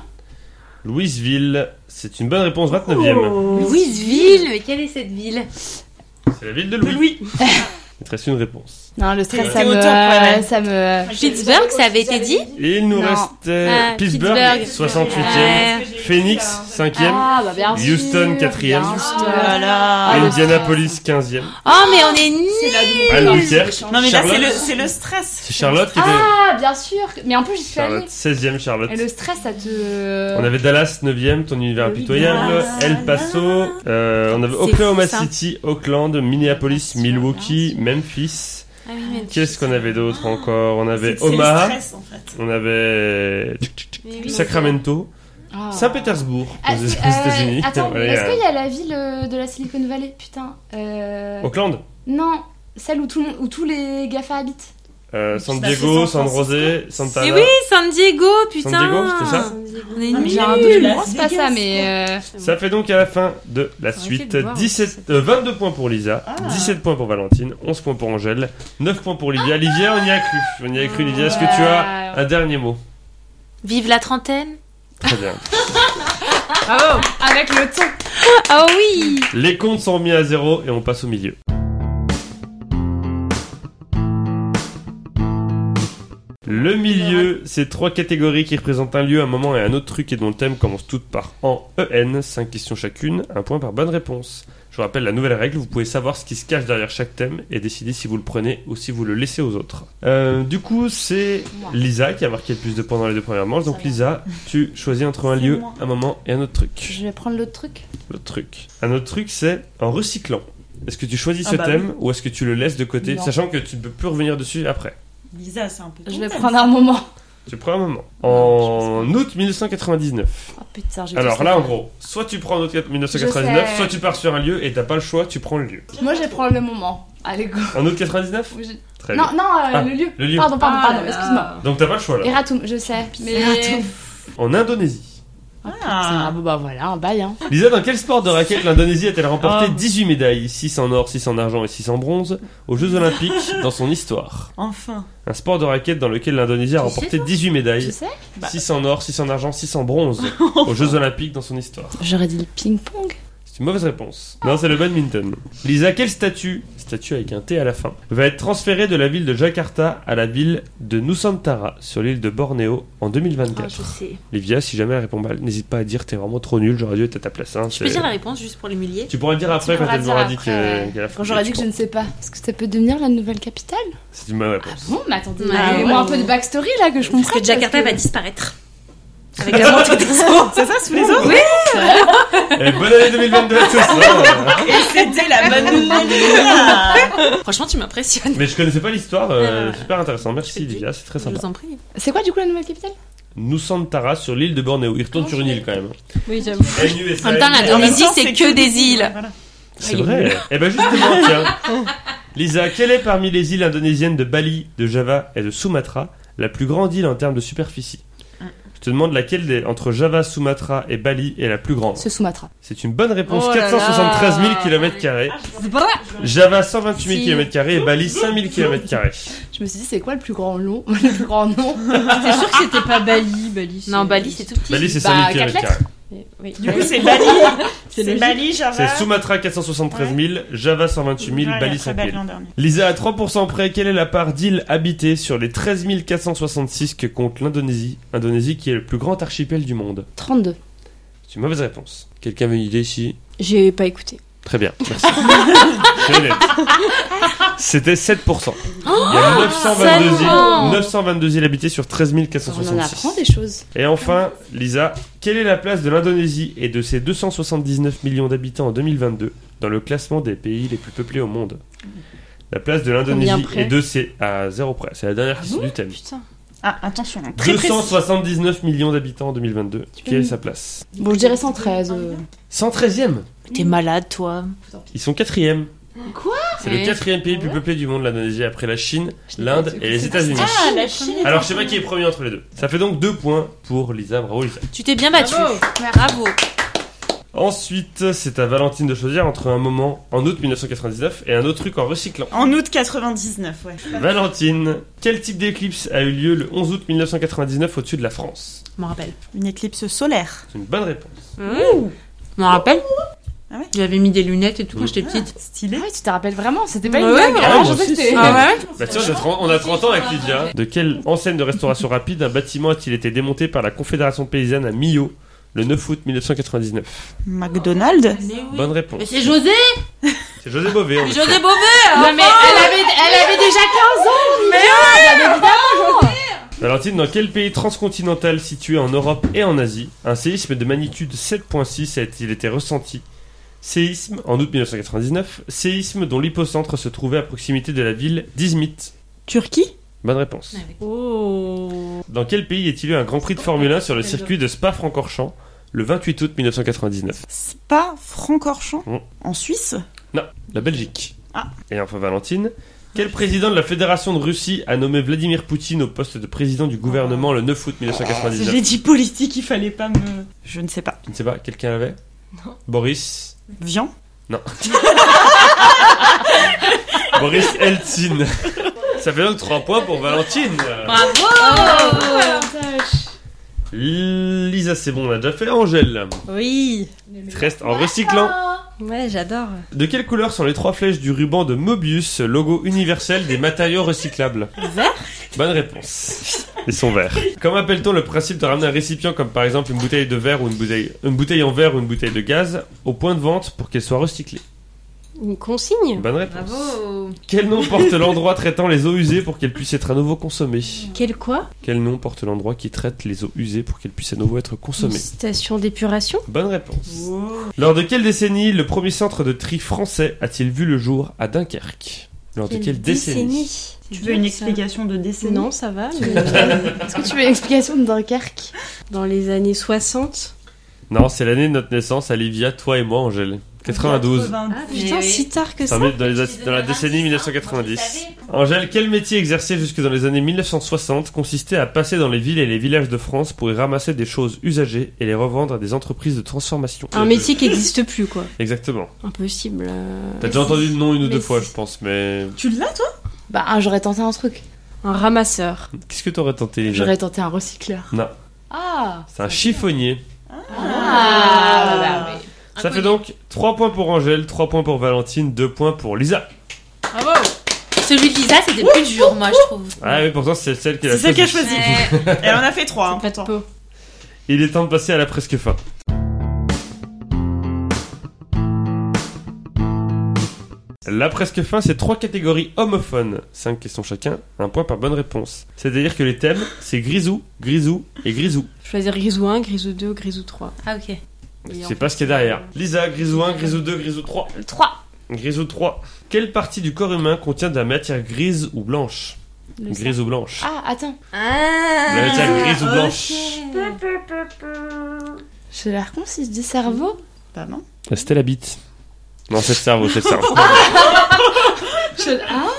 Louisville, c'est une bonne réponse,
Oh.
29e.
Ah.
Louisville, mais quelle est cette ville
C'est la ville de Louis.
Louis.
Il te reste une réponse.
Non, le stress,
T'es
ça
au top, ouais,
me.
ouais.
Ça me.
Pittsburgh, ça avait été dit
Et il nous
Non. Euh,
reste euh,
Ah,
Pittsburgh,
Pittsburgh.
68e.
Euh,
Ouais.
Phoenix, 5e.
Ah, bah bien sûr.
Houston, quatrième.
bien
Oh
sûr.
là là.
Ah, le
Indianapolis, 15e.
Oh, mais on est nuls
C'est la double.
Ah, le tiers.
Non, mais là,
Charlotte.
c'est le, c'est le stress.
C'est Charlotte qui était.
Ah, bien sûr. Mais en plus, j'y suis allée.
Charlotte, 16e Charlotte.
Et le stress, ça te.
On avait Dallas 9e, ton univers impitoyable,
Dallas.
El Paso, euh, on avait
C'est
Oklahoma
fou, ça.
City, Auckland, Minneapolis, Milwaukee, Memphis. Qu'est-ce qu'on avait d'autre encore On
C'est
avait
c'est le
Omaha,
stress, en fait. Ah,
on avait Sacramento,
Ah.
Saint-Pétersbourg
Ah,
aux
c'est-
aux
euh,
États-Unis.
Attends,
Voilà,
est-ce
euh,
qu'il y a la ville euh, de la Silicon Valley Putain. Euh...
Auckland,
Non, celle où, tout le monde- où tous les GAFA habitent.
euh, San
Bah, c'est
Diego,
San
San José, Santa
Mais
Ana.
oui, San Diego, putain
Diego, c'était ça
On est
Ah, mais
nuls
J'ai un
nul,
doute, je
Las
pense pas
Vegas,
ça, mais. euh,
Ça fait donc à la fin de la
Arrêtez
suite
de boire, hein,
17, euh, 22 points pour Lisa,
Ah.
17 points pour Valentine, 11 points pour Angèle, 9 points pour
Ah,
Livia. Livia, on y a cru. On y a cru, Livia. Est-ce que tu as un dernier mot
Vive la trentaine
Très bien.
Avec le ton.
Ah oui
Les comptes sont remis à zéro et on passe au milieu. Le milieu, c'est trois catégories qui représentent un lieu, un moment et un autre truc et dont le thème commence toutes par en EN, 5 questions chacune, un point par bonne réponse. Je vous rappelle la nouvelle règle, vous pouvez savoir ce qui se cache derrière chaque thème et décider si vous le prenez ou si vous le laissez aux autres. Euh, du coup, c'est Lisa qui a marqué le plus de points dans les deux premières manches, donc Lisa, tu choisis entre un
C'est
lieu,
moi.
un moment et un autre truc.
Je vais prendre l'autre truc.
L'autre truc. Un autre truc, c'est en recyclant. Est-ce que tu choisis
Ah
ce
bah
thème ou est-ce que tu le laisses de côté,
Non.
sachant que tu ne peux plus revenir dessus après
Lisa, c'est un peu.
euh, Je
ton
vais
thème,
prendre
ça.
un moment.
Tu prends un moment. En août 1999.
Ah,
Oh putain, j'ai
Alors
tout
là, en
ça.
gros, soit tu prends en août
Je
1999,
sais.
soit tu pars sur un lieu et t'as pas le choix, tu prends le lieu.
Moi, je vais prendre le moment. Allez, go.
En août 99
Je-
Très
Non,
bien.
non, euh,
Ah,
le lieu.
le lieu.
Pardon, pardon,
Ah
pardon,
là là.
excuse-moi.
Donc t'as pas le choix là.
Eratum, je sais. Mais.
Eratum.
En Indonésie.
Ah,
Ah,
bon, bah voilà, un bail, hein.
Lisa, dans quel sport de raquette l'Indonésie a-t-elle remporté
Ah.
18 médailles, 6 en or, 6 en argent et 6 en bronze, aux Jeux Olympiques dans son histoire
enfin.
Un sport de raquette dans lequel l'Indonésie a
Tu sais,
remporté
toi
18
Tu
médailles,
sais
6 en or, 6 en argent, 6 en bronze, aux Jeux Olympiques dans son histoire.
J'aurais dit le ping-pong.
C'est une mauvaise réponse. Non, c'est le badminton. Lisa, quelle statue, statue avec un T à la fin, va être transférée de la ville de Jakarta à la ville de Nusantara sur l'île de Bornéo en
Ah, je
2024
sais.
Livia, si jamais elle répond mal, n'hésite pas à dire t'es vraiment trop nul, j'aurais dû être à ta place. hein,
Je peux
c'est-
dire la réponse juste pour l'humilier
Tu pourras le dire après quand
pourras
elle nous
dire
aura dit
après,
que-
ouais.
qu'elle a
Quand
foutu,
j'aurais dit
tu
que je
comprends.
ne sais pas. Est-ce que ça peut devenir la nouvelle capitale Ah,
C'est une bonne réponse.
Bon, mais attendez.
Ouais.
Donnez-moi un peu de backstory là que je comprends.
Parce que Jakarta va disparaître. Avec la montée des eaux.
Oh, C'est ça, sous les autres
Oui
Eh, bonne année 2022 à tous hein.
Et Ah, c'était la bonne nouvelle
Franchement, tu m'impressionnes.
Mais je connaissais pas l'histoire, euh,
Ouais, ouais.
super intéressant.
Je peux
Merci
te dire.
Livia, c'est très
Je
sympa.
vous en prie.
C'est quoi du coup la nouvelle capitale
Nusantara sur l'île de Bornéo. Il retourne
Comment
sur une
je fais
île quand même.
Oui, j'avoue.
En même temps,
En même
l'Indonésie,
temps,
c'est que des îles.
Voilà.
C'est vrai. Eh ben justement, tiens. Lisa, quelle est parmi les îles indonésiennes de Bali, de Java et de Sumatra la plus grande île en termes de superficie Je te demande laquelle des- entre Java, Sumatra et Bali est la plus grande.
Ce Sumatra.
C'est une bonne réponse.
Oh là
473 000
là.
km2. Java 128 000
Si.
km2 et Bali 5000 km2.
Je me suis dit, c'est quoi le plus grand long Le plus grand nom
T'es sûr que c'était pas Bali Bali. c'est-
Non, Bali, c'est tout petit.
Bali c'est
Bah,
5000
quatre
km2.
Oui.
Du coup, c'est Bali.
C'est
C'est
logique.
Bali, Java.
C'est Sumatra 473 000, Java 128 000,
Ouais,
Bali
après
5
Bali
000.
en dernier.
Lisa, à 3% près, quelle est la part d'îles habitées sur les 13 466 que compte l'Indonésie Indonésie qui est le plus grand archipel du monde.
32.
C'est une mauvaise réponse. Quelqu'un veut une idée ici
J'ai pas écouté.
Très bien, merci. C'est honnête. C'était 7%. Il y
Oh,
a 922
seulement
îles, 922 îles habitées sur 13
On en apprend
466.
des choses.
Et enfin, Lisa, quelle est la place de l'Indonésie et de ses 279 millions d'habitants en 2022 dans le classement des pays les plus peuplés au monde La place de l'Indonésie
Combien près
et de ses... à zéro près, c'est la dernière question du thème.
Putain.
Ah, attention, hein, très précis.
279 millions d'habitants en 2022. Quelle
peux
est
me-
sa place
Bon, je dirais 113. euh.
113e
T'es malade, toi.
Ils sont quatrième.
Quoi
C'est
Eh.
le quatrième pays le plus peuplé du monde, l'Indonésie, après la Chine, l'Inde et les États-Unis.
Ah, la Chine
Alors, je sais pas qui est premier entre les deux. Ça fait donc deux points pour Lisa. Bravo, Lisa.
Tu t'es bien battu. Bravo.
Ensuite, c'est à Valentine de choisir entre un moment en août 1999 et un autre truc en recyclant.
En août 99, ouais.
Valentine, quel type d'éclipse a eu lieu le 11 août 1999 au-dessus de la France
Je m'en rappelle.
Une éclipse solaire.
C'est une bonne réponse.
Je m'en rappelle.
Ah ouais
J'avais mis des lunettes et tout
Mm.
quand j'étais petite.
Ah, Stylé.
Ah ouais, tu te rappelles vraiment C'était pas une
Ouais,
blague.
ouais,
Ah,
ouais,
je
moi
pensais
aussi,
que c'était-
c'est- Ah
ouais
Bah tiens, on a 30 on a 30 ans avec Lydia. De quelle enseigne de restauration rapide un bâtiment a-t-il été démonté par la Confédération paysanne à Millau le 9 août 1999
McDonald's.
Mais oui.
Bonne
Mais
réponse.
c'est José
C'est José Bové. on
Mais
est
José
sûr.
Beauvais
Non, mais elle avait, elle avait déjà 15 ans
Valentine, dans quel pays transcontinental situé en Europe et en Asie, un séisme de magnitude 7.6 a-t-il été ressenti Séisme en août 1999, séisme dont l'hypocentre se trouvait à proximité de la ville d'Izmit.
Turquie.
Bonne réponse.
Oh.
Dans quel pays est-il eu un Grand Prix de Formule 1 sur le circuit de Spa-Francorchamps le 28 août 1999
Spa, Francorchamps.
Mm.
En Suisse.
La Belgique.
Ah.
Et enfin Valentine, quel président de la Fédération de Russie a nommé Vladimir Poutine au poste de président du gouvernement le 9 août 1999
J'ai dit politique, il fallait pas me. Je ne sais pas.
Je ne sais pas, quelqu'un l'avait Boris
Vian.
Boris Eltsine. Ça fait donc 3 points pour Valentine.
Bravo
Lisa, c'est bon, on l'a déjà fait. Angèle,
Oui.
tu restes en recyclant.
Ouais, j'adore.
De quelle couleur sont les trois flèches du ruban de Mobius, logo universel des matériaux recyclables
Vert
Bonne réponse. Ils sont verts. Comment appelle-t-on le principe de ramener un récipient comme par exemple une bouteille de verre ou une bouteille, une bouteille en verre ou une bouteille de gaz au point de vente pour qu'elle soit recyclée
Une consigne
Bonne réponse. Quel nom porte l'endroit traitant les eaux usées pour qu'elles puissent être à nouveau consommées
Quel quoi
Quel nom porte l'endroit qui traite les eaux usées pour qu'elles puissent à nouveau être
Une
consommées
station d'épuration
Bonne réponse.
Oh.
Lors de quelle décennie le premier centre de tri français a-t-il vu le jour à Dunkerque Lors de quelle décennie
Tu veux une explication de décennie
Non, ça va. mais-
Est-ce que tu veux une explication de Dunkerque
dans les années 60.
Non, c'est l'année de notre naissance, Olivia, toi et moi, Angèle. 92.
90.
Ah putain,
oui.
si tard que
Ça
ça.
met dans, les
Tu
as-
les
dans la
donneras,
décennie
hein,
1990.
moi,
Angèle, quel métier exercé jusque dans les années 1960 consistait à passer dans les villes et les villages de France pour y ramasser des choses usagées et les revendre à des entreprises de transformation
Un métier qui n'existe plus, quoi.
Exactement.
Impossible. euh,
T'as déjà entendu le nom une ou
Mais
deux
si.
fois, je pense, mais
Tu l'as, toi
Bah, ah, j'aurais tenté un truc.
Un ramasseur.
qu'est-ce que t'aurais tenté Lisa
J'aurais tenté un recycleur.
Non.
Ah
C'est un chiffonnier.
Ah, bah oui.
Ça fait donc 3 points pour Angèle, 3 points pour Valentine, 2 points pour Lisa.
Bravo
Celui de Lisa, c'était plus dur, moi, je trouve.
Ah oui, pourtant c'est celle qui a
C'est celle qui a choisi.
Ouais.
Et on a fait trois. hein,
Pas de
pourtant.
peau.
Il est temps de passer à la presque fin. La presque fin, c'est trois catégories homophones. Cinq questions chacun, un point par bonne réponse. C'est-à-dire que les thèmes, c'est grisou, grisou et grisou.
Choisir Grisou 1, Grisou 2, Grisou 3.
Ah, ok.
Et
Je
en
sais pas ce qu'il y a derrière. Lisa, grisou 1, grisou 2, grisou 3.
Le 3.
Grisou 3. Quelle partie du corps humain contient de la matière grise ou blanche
Le
Grise ou blanche.
Ah, attends.
Ah.
De la matière grise ou
ok.
blanche.
J'ai l'air con si je dis cerveau.
Bah non.
C'était la bite. Non, c'est le cerveau, c'est le cerveau.
Je- Ah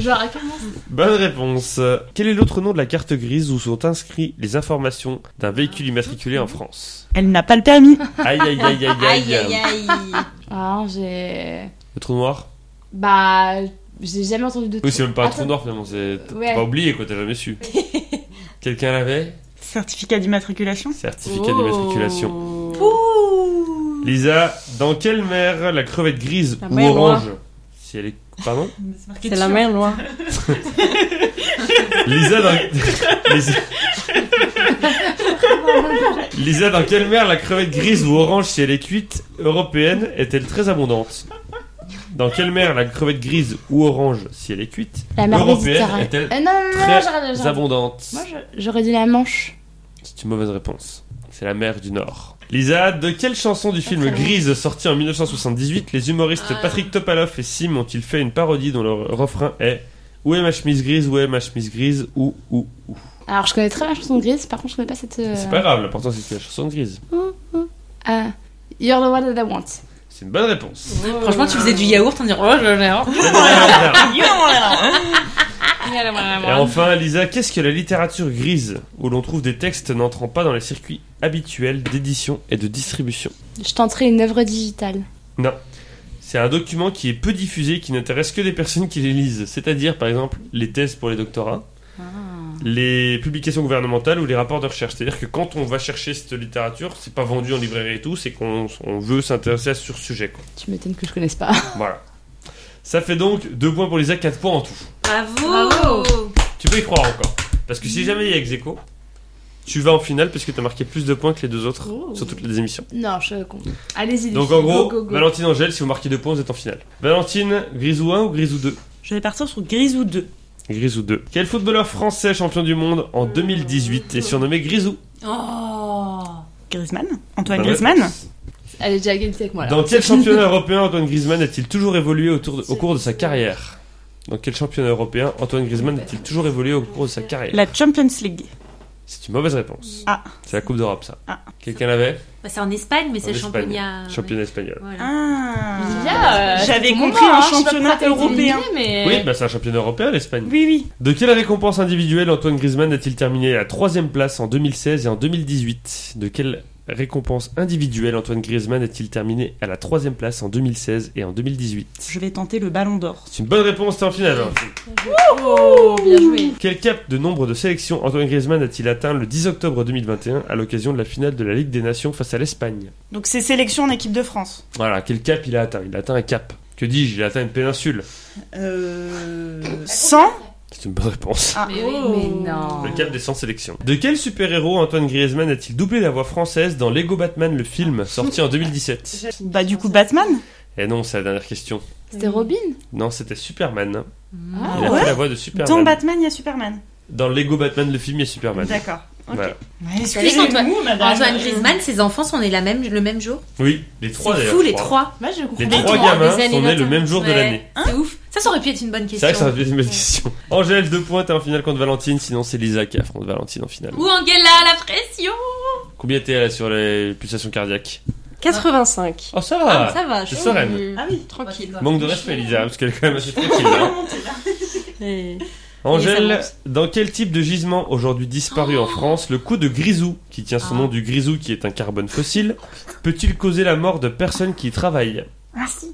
Genre, à quel moment
Bonne réponse. Quel est l'autre nom de la carte grise où sont inscrits les informations d'un véhicule immatriculé en France
Elle n'a pas le permis.
Aïe aïe aïe aïe aïe.
Aïe, aïe, aïe.
Ah, j'ai.
Le trou noir
Bah, j'ai jamais entendu de.
Oui, c'est même pas un
Attends.
trou noir finalement, c'est t'as
Ouais.
pas oublié quoi, t'as jamais su. Quelqu'un l'avait
Certificat d'immatriculation.
Certificat
Oh.
d'immatriculation. Lisa, dans quelle mer la crevette grise
La
ou
mer Noire.
orange Si elle est. Pardon
C'est la mer loin.
Lisa dans... Lisa...
Oh.
Lisa, dans quelle mer la crevette grise ou orange, si elle est cuite, européenne, est-elle très abondante Dans quelle mer la crevette grise ou orange, si elle est cuite,
La mer
européenne,
Méditerranée.
est-elle
Eh, non, non, non, non,
Très
j'arrête, j'arrête.
abondante
Moi, je- j'aurais dit la Manche.
C'est une mauvaise réponse. C'est la mer du Nord. Lisa, de quelle chanson du film
très bien.
Grise sorti en 1978 les humoristes
Ah.
Patrick Topaloff et Sim ont-ils fait une parodie dont le refrain est Où est ma chemise grise Où est ma chemise grise Où, où, où
Alors, je connais très bien la chanson de Grise, par contre, je connais pas cette. euh,
C'est pas grave, l'important c'est que c'est la chanson de Grise.
Ah, You're the one that I want.
C'est une bonne réponse.
Franchement, tu faisais du yaourt en disant Oh, je l'ai. hein.
Et enfin, Lisa, qu'est-ce que la littérature grise, où l'on trouve des textes n'entrant pas dans les circuits habituels d'édition et de distribution
Je tenterai une œuvre digitale.
C'est un document qui est peu diffusé, qui n'intéresse que des personnes qui les lisent, c'est-à-dire par exemple les thèses pour les doctorats, les publications gouvernementales ou les rapports de recherche. C'est-à-dire que quand on va chercher cette littérature, c'est pas vendu en librairie et tout, c'est qu'on on veut s'intéresser à ce sur sujet. Quoi.
Tu m'étonnes que je connaisse pas.
Voilà. Ça fait donc 2 points pour Lisa, 4 points en tout.
Bravo.
Tu peux y croire encore. Parce que
Mm.
si jamais il y a ex aequo, tu vas en finale parce que tu as marqué plus de points que les deux autres
Oh.
sur toutes les émissions.
Non, je compte. Allez-y. les
Donc
filles,
en gros,
go, go, go.
Valentine Angèle, si vous marquez deux points, vous êtes en finale. Valentine, Grisou 1 ou Grisou 2
Je vais partir sur Grisou 2.
Grisou 2. Quel footballeur français champion du monde en 2018 est surnommé Grisou
Oh.
Griezmann Antoine
Bonne
Griezmann
réponse.
Elle est déjà à égalité avec moi là.
Dans quel championnat européen Antoine Griezmann a-t-il toujours évolué autour de- au cours de sa carrière Dans quel championnat européen Antoine Griezmann a-t-il toujours évolué au cours de sa carrière
La Champions League.
C'est une mauvaise réponse.
Ah.
C'est la Coupe d'Europe ça.
Ah.
Quelqu'un l'avait
Bah, c'est en Espagne, mais c'est
En
le
Espagne.
championnat.
Championnat espagnol.
Voilà.
Ah
Lila, euh,
J'avais
c'est ton
compris
moment,
un
hein, je suis pas
championnat
prête à
européen.
t'éliminer, Mais...
Oui, bah c'est un championnat européen l'Espagne.
Oui, oui.
De quelle récompense individuelle Antoine Griezmann a-t-il terminé à la troisième place en 2016 et en 2018 De quelle récompense individuelle Antoine Griezmann a-t-il terminé à la troisième place en 2016 et en 2018
Je vais tenter le ballon d'or.
C'est une bonne réponse, t'es en finale. hein.
Oh, bien joué.
Quel cap de nombre de sélections Antoine Griezmann a-t-il atteint le 10 octobre 2021 à l'occasion de la finale de la Ligue des Nations face à l'Espagne
Donc c'est sélection en équipe de France.
Voilà, quel cap il a atteint Il a atteint un cap. Que dis-je Il a atteint une péninsule.
Euh... 100
C'est une bonne réponse.
Ah.
Mais
oui, mais non.
Le cap des 100 sélections. De quel super-héros Antoine Griezmann a-t-il doublé la voix française dans Lego Batman le film sorti en 2017
Bah du coup Batman
Eh non, c'est la dernière question.
C'était Robin
Non, c'était Superman.
Ah
Il a
ouais
fait la voix de
Dans
Superman.
Batman, il y a Superman.
Dans Lego Batman, le film, il y a Superman.
D'accord.
Voilà.
Mais
Tu sais
excusez-nous,
qu'Antoine-
madame.
Antoine Griezmann, ses enfants sont nés la même, le même jour.
Oui, les trois
C'est
d'ailleurs.
fou,
je
les
crois.
trois.
Moi, je comprends
Les
Les
trois
trois,
gamins
des années
sont nés le
notamment.
même jour de
Ouais.
l'année.
C'est ouf. Ça, ça aurait pu être une bonne
C'est
question.
vrai que ça aurait pu être une bonne question. Angèle, deux points, t'es en finale contre Valentine, sinon c'est Lisa qui affronte Valentine en finale.
Ou Angela, la pression.
Combien t'es là sur les pulsations cardiaques
85.
Oh, ça va
Ah, ça va,
c'est
je
sereine.
suis
Ah oui.
tranquille.
Manque de respect, Lisa, parce qu'elle est quand même assez tranquille. hein.
Et-
Angèle,
avances.
dans quel type de gisement aujourd'hui disparu en France, le coup de grisou, qui tient son
Ah.
nom du grisou qui est un carbone fossile, peut-il causer la mort de personnes qui y travaillent
Ah si.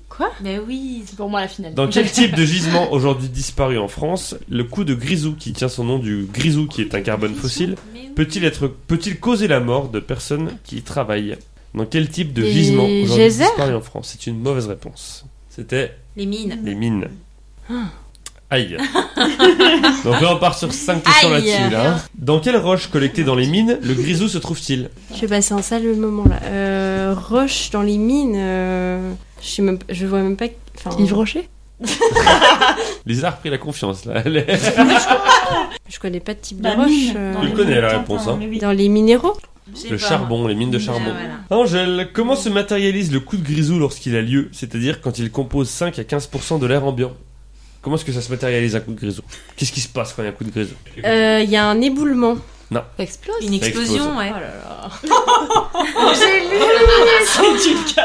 Mais oui.
C'est pour moi la finale.
Dans quel type de gisement aujourd'hui disparu en France, le coup de grisou, qui tient son nom du grisou qui est un carbone fossile,
Mais oui.
Peut-il être, peut-il causer la mort de personnes qui y travaillent Dans quel type de
Des
gisement aujourd'hui
geysers
disparu en France C'est une mauvaise réponse. C'était
Les mines.
les mines. Ah. Aïe. Donc là, on part sur 5 questions
Aïe.
là-dessus. Là. hein. Dans quelle roche collectée dans les mines le grisou se trouve-t-il
Je vais passer en salle le moment là. Euh, Roche dans les mines. euh, Je, sais même, je vois même pas. Enfin,
Yves Rocher
Lisa a repris la confiance là. Elle est-
je connais pas de type de
Bah,
roche.
mine,
euh,
dans
Tu
les
connais la
mines,
réponse,
attends,
hein.
mais oui.
dans les minéraux.
Je sais
Le
pas.
charbon, les mines de charbon.
Ah, voilà.
Angèle, comment se matérialise le coup de grisou lorsqu'il a lieu C'est-à-dire quand il compose 5 à 15% de l'air ambiant. Comment est-ce que ça se matérialise un coup de grisou Qu'est-ce qui se passe quand il y a un coup de grisou
Il Euh, y a un éboulement.
Ça explose.
Une explosion, ouais.
C'est une catastrophe.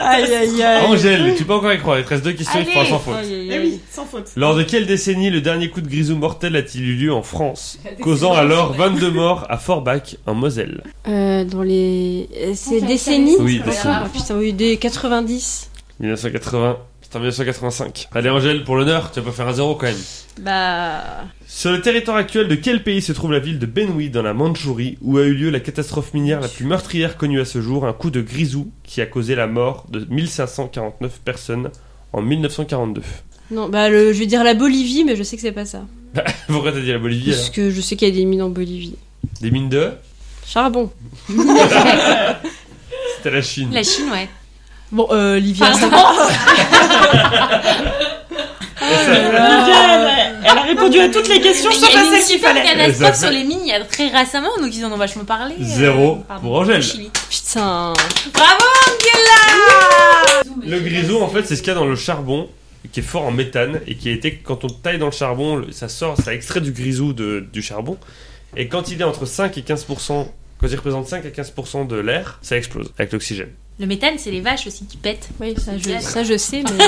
aïe
Angèle, tu peux encore y croire, il te reste deux questions, il fera sans faute.
Eh oui, sans faute.
Lors de quelle décennie le dernier coup de grisou mortel a-t-il eu lieu en France Causant alors 22 morts à Forbach, en Moselle.
Euh, dans les. euh, C'est
Ah, ça
décennies
Oui,
ça.
décennie.
Ah, putain, oui, des 90.
1980. C'était en 1985. Allez Angèle, pour l'honneur, tu vas pas faire un zéro quand même.
Bah.
Sur le territoire actuel de quel pays se trouve la ville de Benui dans la Mandchourie où a eu lieu la catastrophe minière la plus meurtrière connue à ce jour, un coup de grisou qui a causé la mort de 1549 personnes en 1942.
Non, bah, le- je vais dire la Bolivie, mais je sais que c'est pas ça.
Pourquoi t'as dit la Bolivie alors
Parce que je sais qu'il y a des mines en Bolivie.
Des mines de
Charbon.
C'était la Chine.
La Chine, ouais.
Bon, euh, Livia.
Enfin,
ça-
Nickel. Elle a répondu à toutes les questions
Il y
sauf à
a eu une
celle qu'il
super
fallait.
catastrophe
Exactement.
sur les mines il y a très récemment, donc ils en ont vachement parlé. euh,
Zéro
pardon,
pour Angèle.
au Chili.
Putain.
Bravo
Le grisou, en fait, c'est ce qu'il y a dans le charbon qui est fort en méthane et qui a été quand on taille dans le charbon, le- ça sort, ça extrait du grisou de- du charbon. Et quand il est entre 5 et 15%, quand il représente 5 à 15% de l'air, ça explose avec l'oxygène.
Le méthane, c'est les vaches aussi qui pètent.
Oui, ça je,
Nickel.
ça, je sais, mais.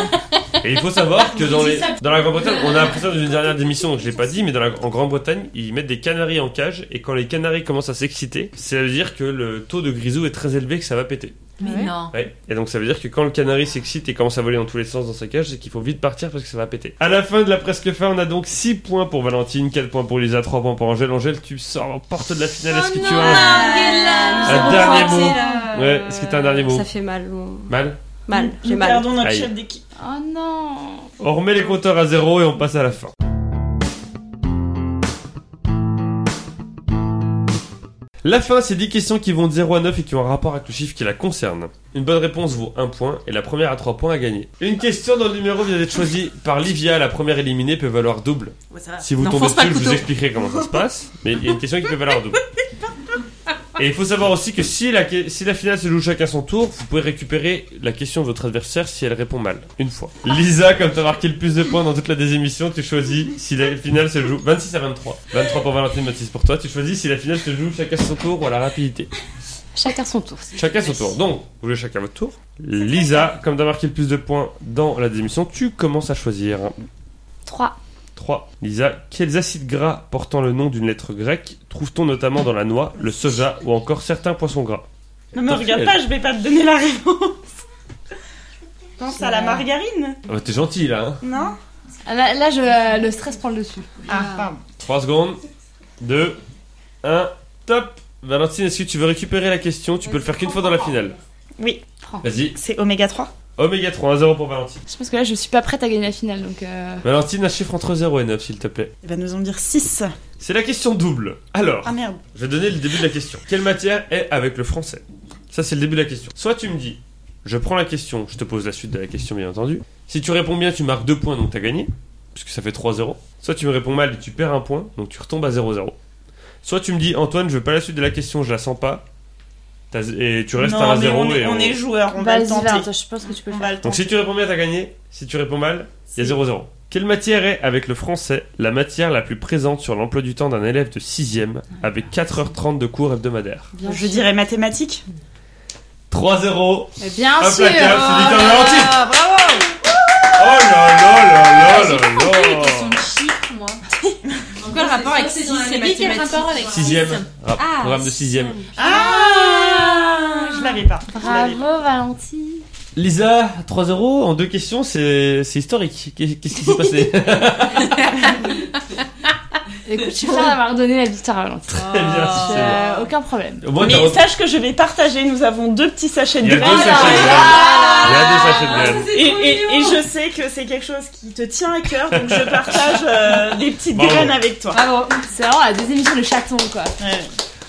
Et il faut savoir que dans, les, dans la Grande-Bretagne, on a appris ça dans une dernière émission, donc je l'ai pas dit, mais dans la, en Grande-Bretagne, ils mettent des canaris en cage et quand les canaris commencent à s'exciter, ça veut dire que le taux de grisou est très élevé, que ça va péter.
Mais
Ouais.
non.
Ouais. Et donc ça veut dire que quand le canari s'excite et commence à voler dans tous les sens dans sa cage, c'est qu'il faut vite partir parce que ça va péter. À la fin de la presque fin, on a donc 6 points pour Valentine, 4 points pour Lisa, 3 points pour Angèle. Angèle, tu sors en porte de la finale. Est-ce que tu as
Ah,
Angela,
Un
nous
dernier
avons
mot.
pensé, là.
un... Ouais, est-ce que t'as un dernier mot
euh, Ça fait mal. mon-
Mal
Mal,
Nous
j'ai mal.
Perdons notre
Aïe.
chef d'équipe.
Oh non
On remet les compteurs à zéro et on passe à la fin. La fin, c'est 10 questions qui vont de 0 à 9 et qui ont un rapport avec le chiffre qui la concerne. Une bonne réponse vaut 1 point et la première à 3 points à gagner. Une question dont le numéro vient d'être choisi par Livia, la première éliminée peut valoir double.
Ouais, ça va.
Si vous tombez
N'enfonce pas
dessus, je
le
vous
couteau.
expliquerai comment ça se passe. Mais il y a une question qui peut valoir double. Et il faut savoir aussi que si la, que- si la finale se joue chacun son tour, vous pouvez récupérer la question de votre adversaire si elle répond mal. Une fois. Lisa, comme t'as marqué le plus de points dans toute la désémission, tu choisis si la finale se joue 26 à 23. 23 pour Valentine, 26 pour toi. Tu choisis si la finale se joue chacun son tour ou à la rapidité.
Chacun son tour.
Chacun son tour. Donc, vous jouez chacun votre tour. Lisa, comme t'as marqué le plus de points dans la désémission, tu commences à choisir.
3.
3. Lisa, quels acides gras portant le nom d'une lettre grecque trouve-t-on notamment dans la noix, le soja ou encore certains poissons gras
Ne me regarde
Tortue.
pas, je vais pas te donner la réponse. Pense à la margarine,
Ah bah t'es gentil là hein.
non
Ah, Là, là, je, euh, le stress prend le dessus.
Ah, pardon.
3 secondes, 2, 1, top Valentine, est-ce que tu veux récupérer la question Tu peux le faire qu'une fois dans la finale.
Oui,
Vas-y,
c'est oméga 3.
Oméga 3, 1-0 pour Valentine.
Je pense que là, je suis pas prête à gagner la finale, donc... euh,
Valentine, un chiffre entre 0 et 9 s'il te plaît.
Il va nous en dire 6.
C'est la question double. Alors,
Ah merde.
je vais donner le début de la question. Quelle matière est avec le français Ça c'est le début de la question. Soit tu me dis, je prends la question, je te pose la suite de la question bien entendu. Si tu réponds bien, tu marques 2 points donc t'as gagné, puisque ça fait 3-0. Soit tu me réponds mal et tu perds un point, donc tu retombes à 0-0. Soit tu me dis, Antoine, je veux pas la suite de la question, je la sens pas. T'as- Et tu restes
Non,
à un
mais
zéro
on est,
et
on est joueur, on va le
Vas-y, Valentin,
tenter.
je pense que tu peux le
On
faire.
va le
Donc
tenter.
si tu réponds bien, t'as gagné. Si tu réponds mal, il y a 0-0. Quelle matière est, avec le français, la matière la plus présente sur l'emploi du temps d'un élève de 6ème avec 4h30 de cours hebdomadaires
Bien
Je
sûr.
dirais mathématiques.
3-0
Mais Eh Bien
Hop
sûr
là, Carole, c'est
Oh
Victor
là
Laurenti.
là, Bravo
Oh là Ah
Ah,
là là là là
Ils sont
là
de chiffres, moi.
Quoi le rapport avec 6 et
Mais quel
mathématiques
rapport avec
6ème, rap-
Ah,
programme de 6ème.
Ah Je l'avais pas. Je l'avais
Bravo, Valenti.
Lisa, 3-0 en deux questions, c'est c'est historique. Qu'est- Qu'est-ce qui s'est passé
Écoute, je suis fière d'avoir donné la victoire à Valenti.
Très Eh bien, Ah, c'est bien.
Euh, aucun problème.
Au moins, t'as
Mais
retrouvé-
sache que je vais partager, nous avons deux petits sachets
Il
de
y a deux
glace.
sachets de glace. Il y a deux
Ah,
sachets de glace.
Et, et- et je sais que c'est quelque chose qui te tient à cœur, donc je partage euh, des petites
Bravo.
graines avec toi.
Bravo. C'est vraiment la deuxième émission de chaton, quoi.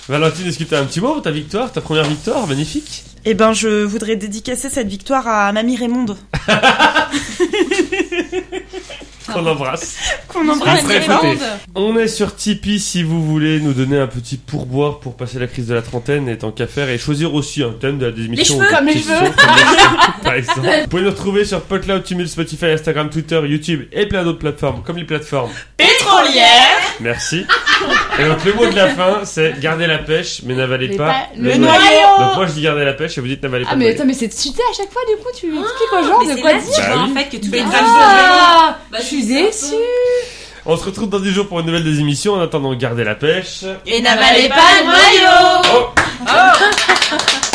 Valentine, est-ce que t'as un petit mot pour ta victoire, ta première victoire Magnifique
Eh ben, je voudrais dédicacer cette victoire à Mamie Raymonde.
Ah.
Qu'on embrasse.
Qu'on
embrasse
embrasse
Très
très
fort.
fort.
fouetté. On est sur Tipeee si vous voulez nous donner un petit pourboire pour passer la crise de la trentaine et tant qu'à faire et choisir aussi un thème de la démission.
Les cheveux,
ou des
comme les
questions,
cheveux.
comme les cheveux, par exemple. Vous pouvez nous retrouver sur PodCloud, Tumult, Spotify, Instagram, Twitter, YouTube et plein d'autres plateformes comme les plateformes.
Pétrolière,
Merci. Et donc le mot de la fin c'est gardez la pêche mais n'avalez
Mais
pas,
pas le
noyau.
noyau.
Donc moi je dis gardez la pêche et vous dites n'avalez pas
Ah,
le
mais
noyau.
attends, mais c'est tu sais, à chaque fois, du coup,
Ah,
tu expliques aux gens de quoi dire.
Bah oui.
en fait que tout le monde
Ah,
Bah,
je suis
c'est un peu-
déçue.
On se retrouve dans 10 jours pour une nouvelle des émissions. En attendant, gardez la pêche.
Et n'avalez pas le noyau
Oh.